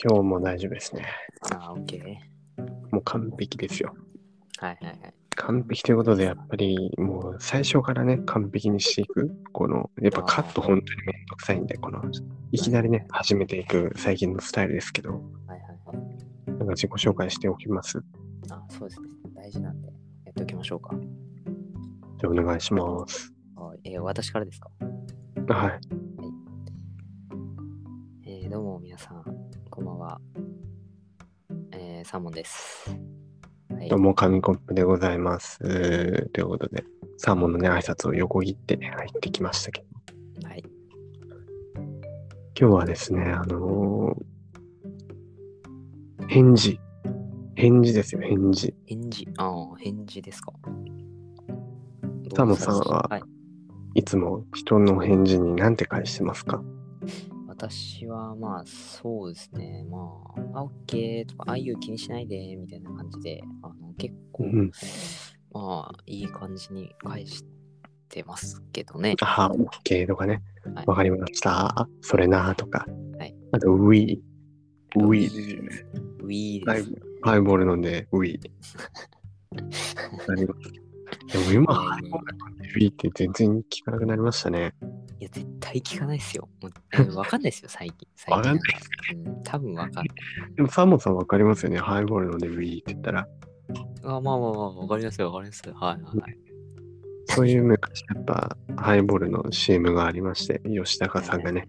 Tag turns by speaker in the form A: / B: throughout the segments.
A: 今日も大丈夫ですね。
B: あー、オッケー。
A: もう完璧ですよ。
B: はいはいはい。
A: 完璧ということで、やっぱりもう最初からね、完璧にしていく。この、やっぱカット本当にめんどくさいんで、この、いきなりね、始めていく最近のスタイルですけど、
B: はいはいはい。
A: なんか自己紹介しておきます。
B: あー、そうですね。大事なんで、やっておきましょうか。
A: じゃあお願いします。
B: はいえー私からですか。
A: はい。
B: えーどうも皆さん、こんばんは。えー、サーモンです。はい
A: どうも、紙コップでございます。ということで、サーモンのね、挨拶を横切ってね、入ってきましたけど、
B: はい。
A: 今日はですね、あのー返事。返事ですよ、返事。
B: 返事、あー返事ですか。
A: サーモンさんは
B: はい。
A: いつも人の返事に何て返してますか
B: 私はまあ、そうですね。まあ、あ、オッケーとか、ああいう気にしないで、みたいな感じで、あの結構、
A: うん
B: まあ、いい感じに返してますけどね。
A: あ、OK とかね
B: はい。
A: わかりました。それなとか
B: はい。
A: あと、ウィー。ウィーですよ
B: ー
A: ね。
B: です。ウィー
A: ハ
B: で
A: イ
B: す。
A: ハイボール飲んで、ウィー。なりますでも今、ハイボール飲んでウィーって全然聞かなくなりましたね。
B: いや、絶対聞かないですよ。もうえーわかんないですよ、最近。最
A: わ
B: 近
A: かんない
B: うん、多分わかんない。
A: でも、サーモンさんわかりますよね。ハイボール飲んでウィーって言ったら。
B: あまあまあまあ、わかりますよ、わかりますよ。はいはいはい。
A: そういう昔、やっぱ、ハイボールの CM がありまして、吉高さんがね、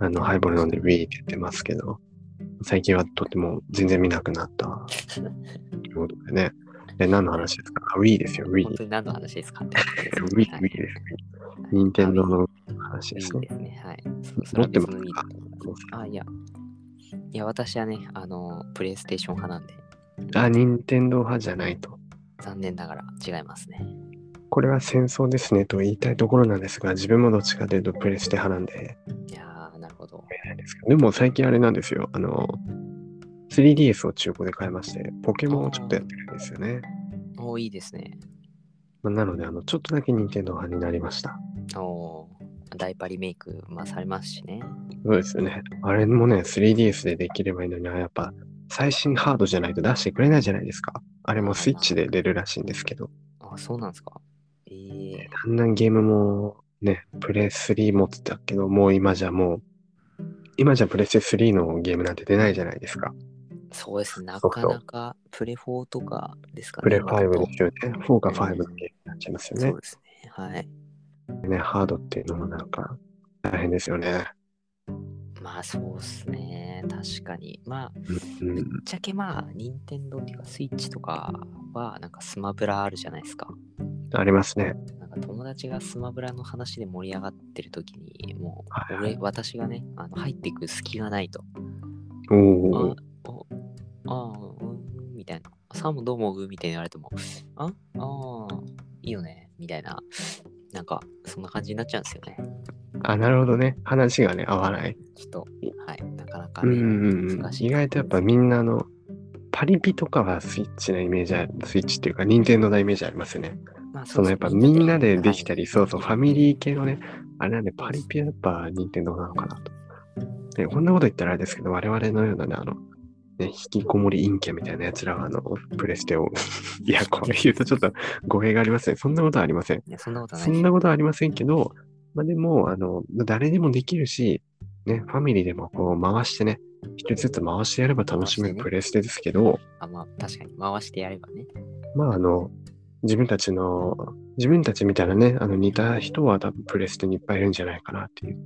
A: あの、ハイボール飲んでウィーって言ってますけど、最近はとても全然見なくなった。ということでね。で、何の話ですかあウィーですよ、ウィー
B: 本。当に何の話ですかってことです
A: ウ
B: ね。
A: ィー、ウィ
B: は
A: ー
B: い
A: です。任天堂の話
B: い
A: で
B: い
A: すね。
B: ですね。はい。
A: 持
B: それは
A: って
B: 別
A: ます
B: のいいと思います。あ、いや。いや、私はね、あの、プレイステーション派なんで、
A: あ、任天堂派じゃないと。
B: 残念ながら違いますね。
A: これは戦争ですねと言いたいところなんですが、自分もどっちかというとプレステ派なんで、
B: いやー、なるほど。
A: 見えないですけどでも最近あれなんですよ、あの、3DS を中古で買いまして、ポケモンをちょっとやってるんですよね。
B: おーいいですね。
A: まあなので、あの、ちょっとだけ任天堂派になりました。
B: おーダイパリメイク、まあ、されますしね。
A: そうですよね。あれもね、3DS でできればいいのに、あやっぱ最新ハードじゃないと出してくれないじゃないですか。あれもスイッチで出るらしいんですけど。
B: あ、そうなんですか。ええ
A: あんなゲームもね、プレス3持ってたけど、もう今じゃもう、今じゃプレステ3のゲームなんて出ないじゃないですか。
B: そうですね。な
A: そう
B: かなかプレ4とかですかね。
A: プレ
B: まあちょっと
A: 5ですよね。4か5のゲームになっちゃいますよ
B: そ
A: ね
B: う。ですね。はい。
A: ねハードっていうのもなんか大変ですよね。
B: まあそうですね。確かに。まあ、
A: うん
B: ぶっちゃけまあ、任天堂っていうか、スイッチとかは、なんかスマブラあるじゃないですか。
A: ありますね。
B: なんか友達がスマブラの話で盛り上がってる時に、も
A: は
B: う、
A: い
B: 俺、私がね、あの入っていく隙がないと。
A: お
B: あ
A: おー。、
B: おあー、うん、みたいな。サーモンどう思うみたいに言われても、ああー、いいよね、みたいな。なんか、そんな感じになっちゃうんですよね。
A: あ、なるほどね。話がね、合わない。
B: ちょっと、はい、なかなか
A: うん
B: ね、
A: うんうん。
B: 難しい。
A: 意外とやっぱみんなあの、パリピとかはスイッチなイメージある、スイッチっていうか、任天堂なイメージありますよね。
B: まあ
A: そのやっぱみんなでできた
B: り、
A: り、そうそう、ファミリー系のね、あれなんでパリピはやっぱ任天堂なのかなと。で、こんなこと言ったらあれですけど、我々のようなね、あの、ね、引きこもり陰キャみたいなやつらは、あの、プレステを、 いや、これ言うとちょっと語弊がありますね。そんなことはありません。
B: いやそんなことはない
A: そ
B: です
A: んなことはありませんけど、まあでも、あの、誰でもできるし、ね、ファミリーでもこう回してね、一つずつ回してやれば楽しめるプレステですけど、
B: あまあ、確かに回してやればね。
A: まああの、自分たちの、自分たちみたいなね、あの似た人は多分プレステにいっぱいいるんじゃないかなっていう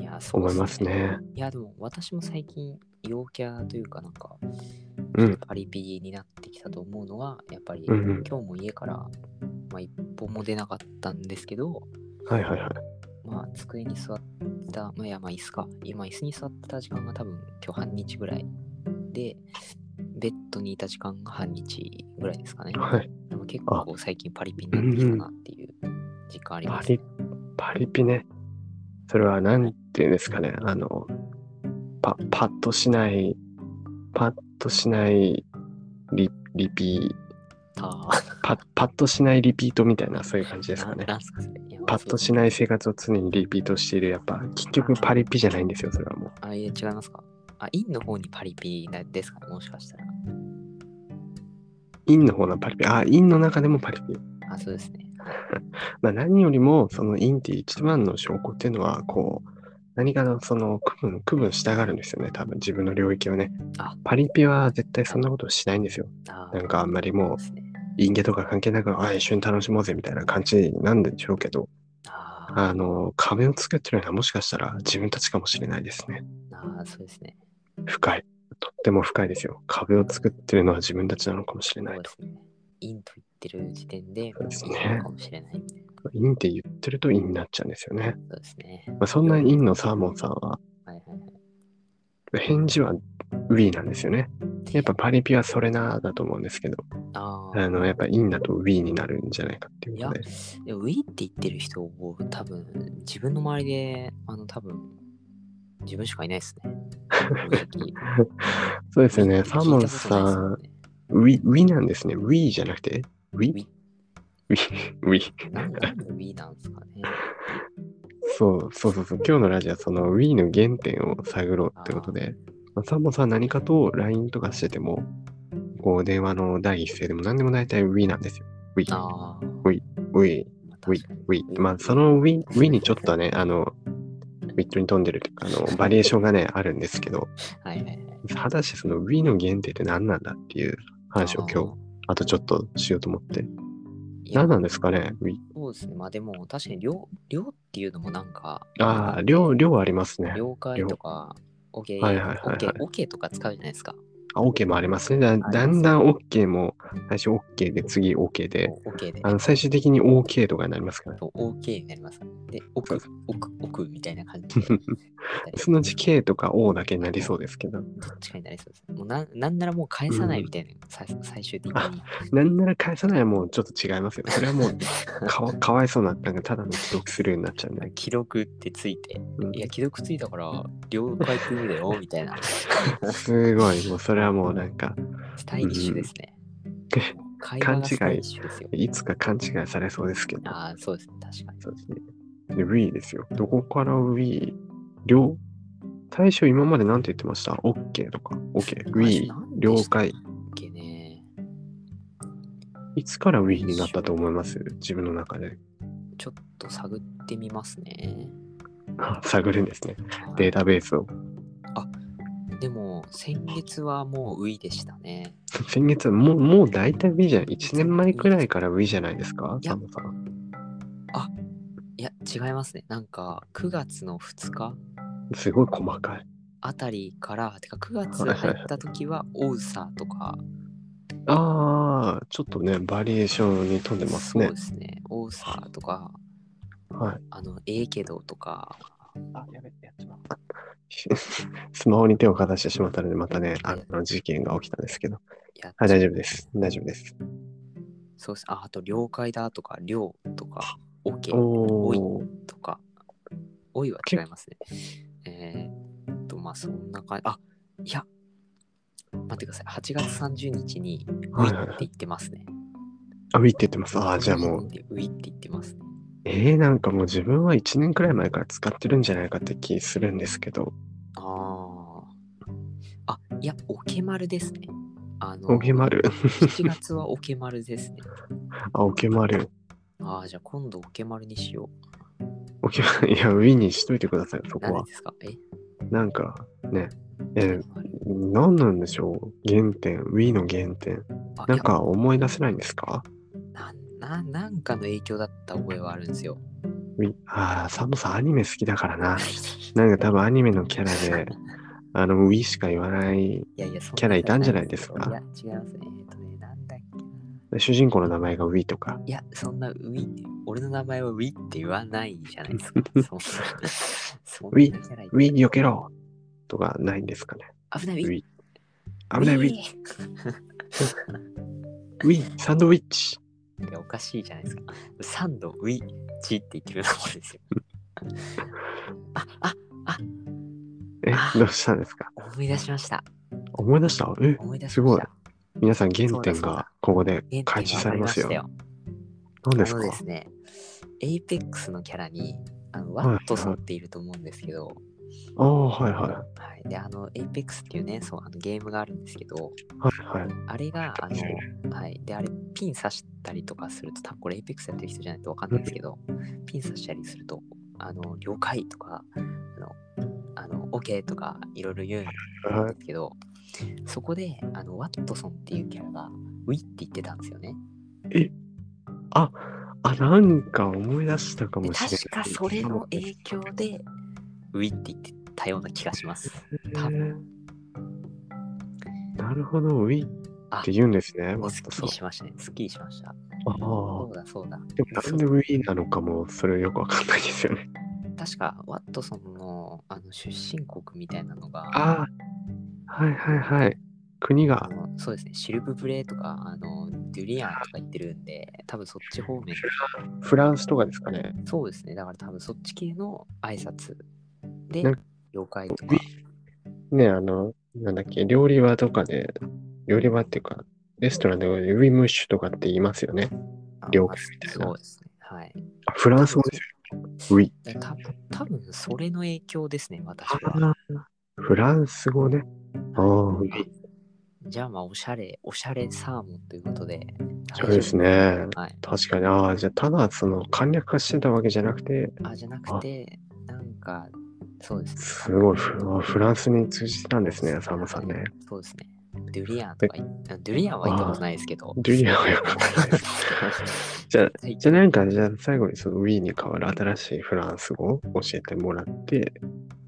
B: いや、そう
A: 思
B: で
A: います。ね。
B: いや、でも私も最近、陽キャというかなんか、
A: うん。
B: パリピになってきたと思うのは、やっぱり、
A: うんうん
B: 今日も家から、まあ、一歩も出なかったんですけど、
A: はいはいはい。
B: まあ、机に座った、まあ、いや、まあ、椅子か。今、椅子に座ってた時間が多分、今日半日ぐらい。で、ベッドにいた時間が半日ぐらいですかね。
A: はい、
B: でも結構最近パリピになってきたなっていう実感あり
A: パ
B: ます、
A: リ、パリピね。それは何て言うんですかね。あの、パパッとしない、パッとしないリリピ、
B: ああ、
A: パパッとしないリピートみたいな、そういう感じですかね
B: な。なんすかそれ。いや
A: パッとしない生活を常にリピートしている、やっぱ、結局パリピじゃないんですよ、それはもう。
B: あ、いや、違いますかあ、インの方にパリピなですかね、もしかしたら。
A: インの方のパリピ。あ、インの中でもパリピ。
B: あ、そうですね。はい
A: まあ、何よりも、そのインって一番の証拠っていうのは、こう、何かのその区分、区分したがるんですよね、多分自分の領域をね
B: あ。
A: パリピは絶対そんなことしないんですよ。
B: あー
A: なんかあんまりもう
B: そうですね。
A: インゲとか関係なく、あ、一緒に楽しもうぜみたいな感じなんでしょうけど、
B: あー
A: あの、壁を作ってるのはもしかしたら自分たちかもしれないですね。
B: あー、そうですね。
A: 深い。とっても深いですよ。壁を作ってるのは自分たちなのかもしれ
B: そ
A: ないう
B: で
A: と。
B: すね。インと言ってる時点で、
A: そうですね
B: インなのかもしれないみたいな。
A: インって言ってるとインになっちゃうんですよね。
B: そうですね。
A: まあ、そんなインのサーモンさんは、
B: はいはいはい。
A: 返事は We なんですよね。やっぱパリピはそれなだと思うんですけど、
B: ああ
A: あの、やっぱインだと We になるんじゃないかっていうことで。
B: でもウィーって言ってる人を多分自分の周りであの多分自分しかいないですね。
A: そうですよね。
B: 聞いた
A: サ
B: こ
A: ーモ
B: とない
A: ン
B: です
A: さん、
B: ね
A: We, We なんですね。We じゃなくて
B: We
A: We?We? We?
B: なんなんでウィーなんですかね。
A: そうそうそうそう。今日のラジオはその We の原点を探ろうってことで、まあ、サーモンさんは何かと LINE とかしてても、こう電話の第一声でも何でも大体 We なんですよ。We。
B: ああ。
A: We。
B: まあ
A: ウィ
B: 確かに
A: ウィまあ、そのウィウィにちょっとね、あの、ウィットに飛んでるというか、あの、バリエーションがね、あるんですけど、
B: はいはいはい。
A: 果たしてそのウィの原点って何なんだっていう話を今日、あとちょっとしようと思って。
B: 日
A: 何なんですかねウィ
B: そうですね。まあでも確かに量量っていうのもなんか。
A: ああ、量、量ありますね。
B: 了解とか、オケ、オ
A: はいはいはいはい
B: ッケー、オッケーとか使うじゃないですか。
A: あ、OK もありますね。だだんだん OK も、最初 OK で次 OK で、
B: オッケーで。
A: あの、最終的に OK とかになりますから。
B: そう OK になります。で、奥
A: そう、
B: 奥、奥みたいな感 じで。
A: そのうち K とか O だけになりそうですけど、
B: どっちかになりそうです。もうなんなんならもう返さないみたいな、最最終的に。
A: なんなら返さないはもうちょっと違いますよ。それはもう かわかわいそうな、なんかただの既読するようになっちゃうんで。
B: 既読ってついて、
A: うん
B: いや、既読ついたから、了解って意味だよ、みたいな。
A: すごい、もうそれはもうなんか、
B: スタイリッシュですね。会話がスタイリッシュですよ。
A: いつか勘違いされそうですけど。
B: ああ、そうですね、確かに。
A: そうですね。で、We ですよ。どこから We? 両最初今までなんて言ってました ?OK とか OK。We
B: なんで
A: 了
B: したっ
A: 解。
B: けね。
A: いつから We になったと思います自分の中で。
B: ちょっと探ってみますね。
A: あ探るんですね。データベースを。
B: でも、先月はもうウィでしたね。
A: 先月、もう、もう大体 We じゃない。1年前くらいから We じゃないですか
B: いや
A: サムさん。
B: いや、違いますね。なんか、9月の2日
A: すごい細かい。
B: あたりから、てか9月入った時は、オウサーとか、
A: ああ、ちょっとね、バリエーションに富んでます
B: そ
A: ね
B: う。ですね。オウサーとか、
A: はい。
B: あの、ええけどとか、
A: あ、やべ、やっちまった。 スマホに手をかざしてしまったので、またね、あの事件が起きたんですけど。
B: やっ
A: はい、大丈夫です。大丈夫です。
B: そうです。あ、あと、了解だとか、了とか、オッケー
A: おー。
B: とか、おいは違いますね。えー、っと、まあ、そんな感じ。あ、いや、待ってください。8月30日に、ウ
A: はい
B: ィ
A: はい
B: って言ってますね。
A: あ、ウィって言ってます。ああ、じゃあもう
B: ウィっ、てウィって言ってますね。
A: えー、なんかもう自分は1年くらい前から使ってるんじゃないかって気するんですけど、
B: ああ。あ、いや、オケマルですね。あの、
A: オケマル。
B: 7月はオケマルですね。
A: あ、オケマル。
B: ああ、じゃあ今度オケマルにしよう。
A: オケマル。いや、ウィにしといてください、そこ
B: 何
A: は
B: で。ですかえ
A: なんか、ね。え
B: オ
A: ー
B: ケマル
A: 何なんでしょう原点、ウィの原点。
B: あ
A: なん
B: い
A: か思い出せないんですか
B: やなななんかの影響だった覚えはあるんですよ。
A: ウィああ、サムさんアニメ好きだからな。なんか多分アニメのキャラで、あの、ウィしか言わない、
B: いやいや、そんな
A: キャラいたんじゃないですか
B: いや、違いますね。えっとね、なんだっけな。
A: 主人公の名前がウィとか。
B: いや、そんなウィ、俺の名前はウィって言わないじゃないですか。そんな、そんな
A: ィ
B: キャラいた
A: ウィ、避けろとかないんですかね。
B: 危ないウ
A: ウ
B: ィ。
A: ィ。危ないウィ、ウィ、サンドウィッチ。
B: いや、おかしいじゃないですか。 サンド、ウィ、チって言ってるようなもんですよ。 あ、あ、
A: え
B: あ、ー
A: どうしたんですか
B: 思い出しました。
A: 思い出したえ、
B: 思い出し
A: す
B: ま
A: ご
B: し
A: い
B: た。。
A: 皆さん原
B: そうだ
A: 点
B: そう
A: が
B: だ
A: ここで
B: 原点
A: 開示されますよ。
B: わか
A: 何
B: りま
A: ですか
B: したよあのですね、エイペックスのキャラに、あの
A: はい
B: ワットソンっていると思うんですけど、
A: ああ、はいはい。は
B: はい、で、あの、Apex っていうね、そう、あのゲームがあるんですけど、
A: いはい。
B: あれが、あ
A: そうね
B: の、はい、で、あれ、ピン刺したりとかすると、多分これ Apex やってる人じゃないとわかんないんですけど、ピン刺したりすると、あの、了解とか、あの、あの、OK とか、いろいろ言うん
A: は
B: で
A: い
B: すけど、そこで、あの、ワットソンっていうキャラが、ウィって言ってたんですよね。
A: あ、あ、なんか思い出したか
B: で
A: もしれない
B: 確。かそれの影響で、ウィって言ってたような気がします。多
A: えーなるほど、ウィ
B: あ
A: って言うんですね、
B: もう
A: マ
B: す
A: ス
B: っ
A: タ
B: き
A: さん
B: り。しましたね。すっきりしました。
A: ああ、
B: そうだそうだ。
A: でもなんでウィなのかも、それよくわかんないですよ ね。
B: 確か、ワットソンのあの出身国みたいなのが、
A: ああ、はいはいはい。国
B: あ
A: が、
B: のそうですね、シルブプレーとか、あのデュリアンとか言ってるんで、多分そっち方面、
A: フランスとかですかね。
B: そうですね、だから多分そっち系の挨拶で
A: なんか、
B: 妖怪とか
A: ウィ、ね、あの、なんだっけ、料理場とかで、料理場っていうか、レストランでウィムッシュとかって言いますよね。
B: あ
A: 了解みたいな
B: そうですね、はい。
A: あ、フランス語ですよ。ウィ。
B: だから多分多分それの影響ですね、私は。
A: あーフランス語ね。ああ、ウィ。
B: じゃあまあ、おしゃれ、おしゃれサーモンということで、
A: そうですね。
B: はい。
A: 確かに、ああ、じゃあ、ただその簡略化してたわけじゃなくて、
B: あ、じゃなくて、なんか、そうですね。
A: すごいフ、フランスに通じてたんですね、サムさんね。。
B: そうですね。ドゥリアンとかい、あドゥリアンは行ったことないですけど。
A: ドゥリアンは行ったことないですじゃあ、
B: はい
A: じゃあなんか、じゃあ最後にその Wii に代わる新しいフランス語を教えてもらって、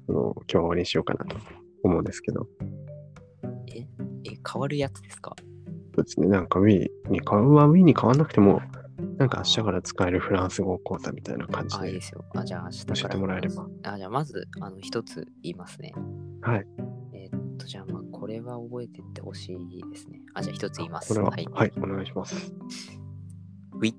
A: その今日は終わりにしようかなと思うんですけど、
B: え、変わるやつですか
A: そうですね、なんか Wii に変わる、は Wii に変わらなくても、なんか明日から使えるフランス語講座みたいな感じ
B: あ、いい
A: で
B: で。すよ。あ、じゃあ明日から。
A: 教えてもらえれば。
B: あ、じゃあまず、あの、一つ言いますね。
A: はい。
B: えーっと、じゃあまあ、これは覚えてってほしいですね。あ、じゃあ一つ言います。
A: これは、
B: は
A: はいい、。お願いします。
B: ウィ